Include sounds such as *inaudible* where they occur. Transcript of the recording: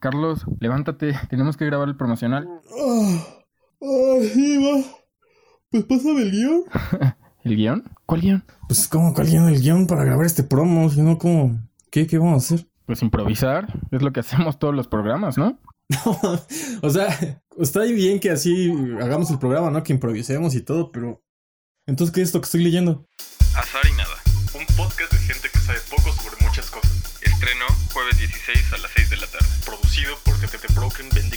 Carlos, levántate, *laughs* tenemos que grabar el promocional. Ah, ah, sí, va. Pues pásame el guión. ¿El guión? ¿Cuál guión? Pues, ¿cómo cuál guión el guión para grabar este promo? Si no, ¿cómo? ¿Qué, qué vamos a hacer? Pues improvisar, es lo que hacemos todos los programas, ¿no? o sea, está bien que así hagamos el programa, ¿no? Que improvisemos y todo, pero... Entonces, ¿qué es esto que estoy leyendo? Azar y Nada, un podcast de gente que sabe poco sobre muchas cosas. Estreno jueves 16 a las 6 de la tarde. Producido por TTT Broken Venture.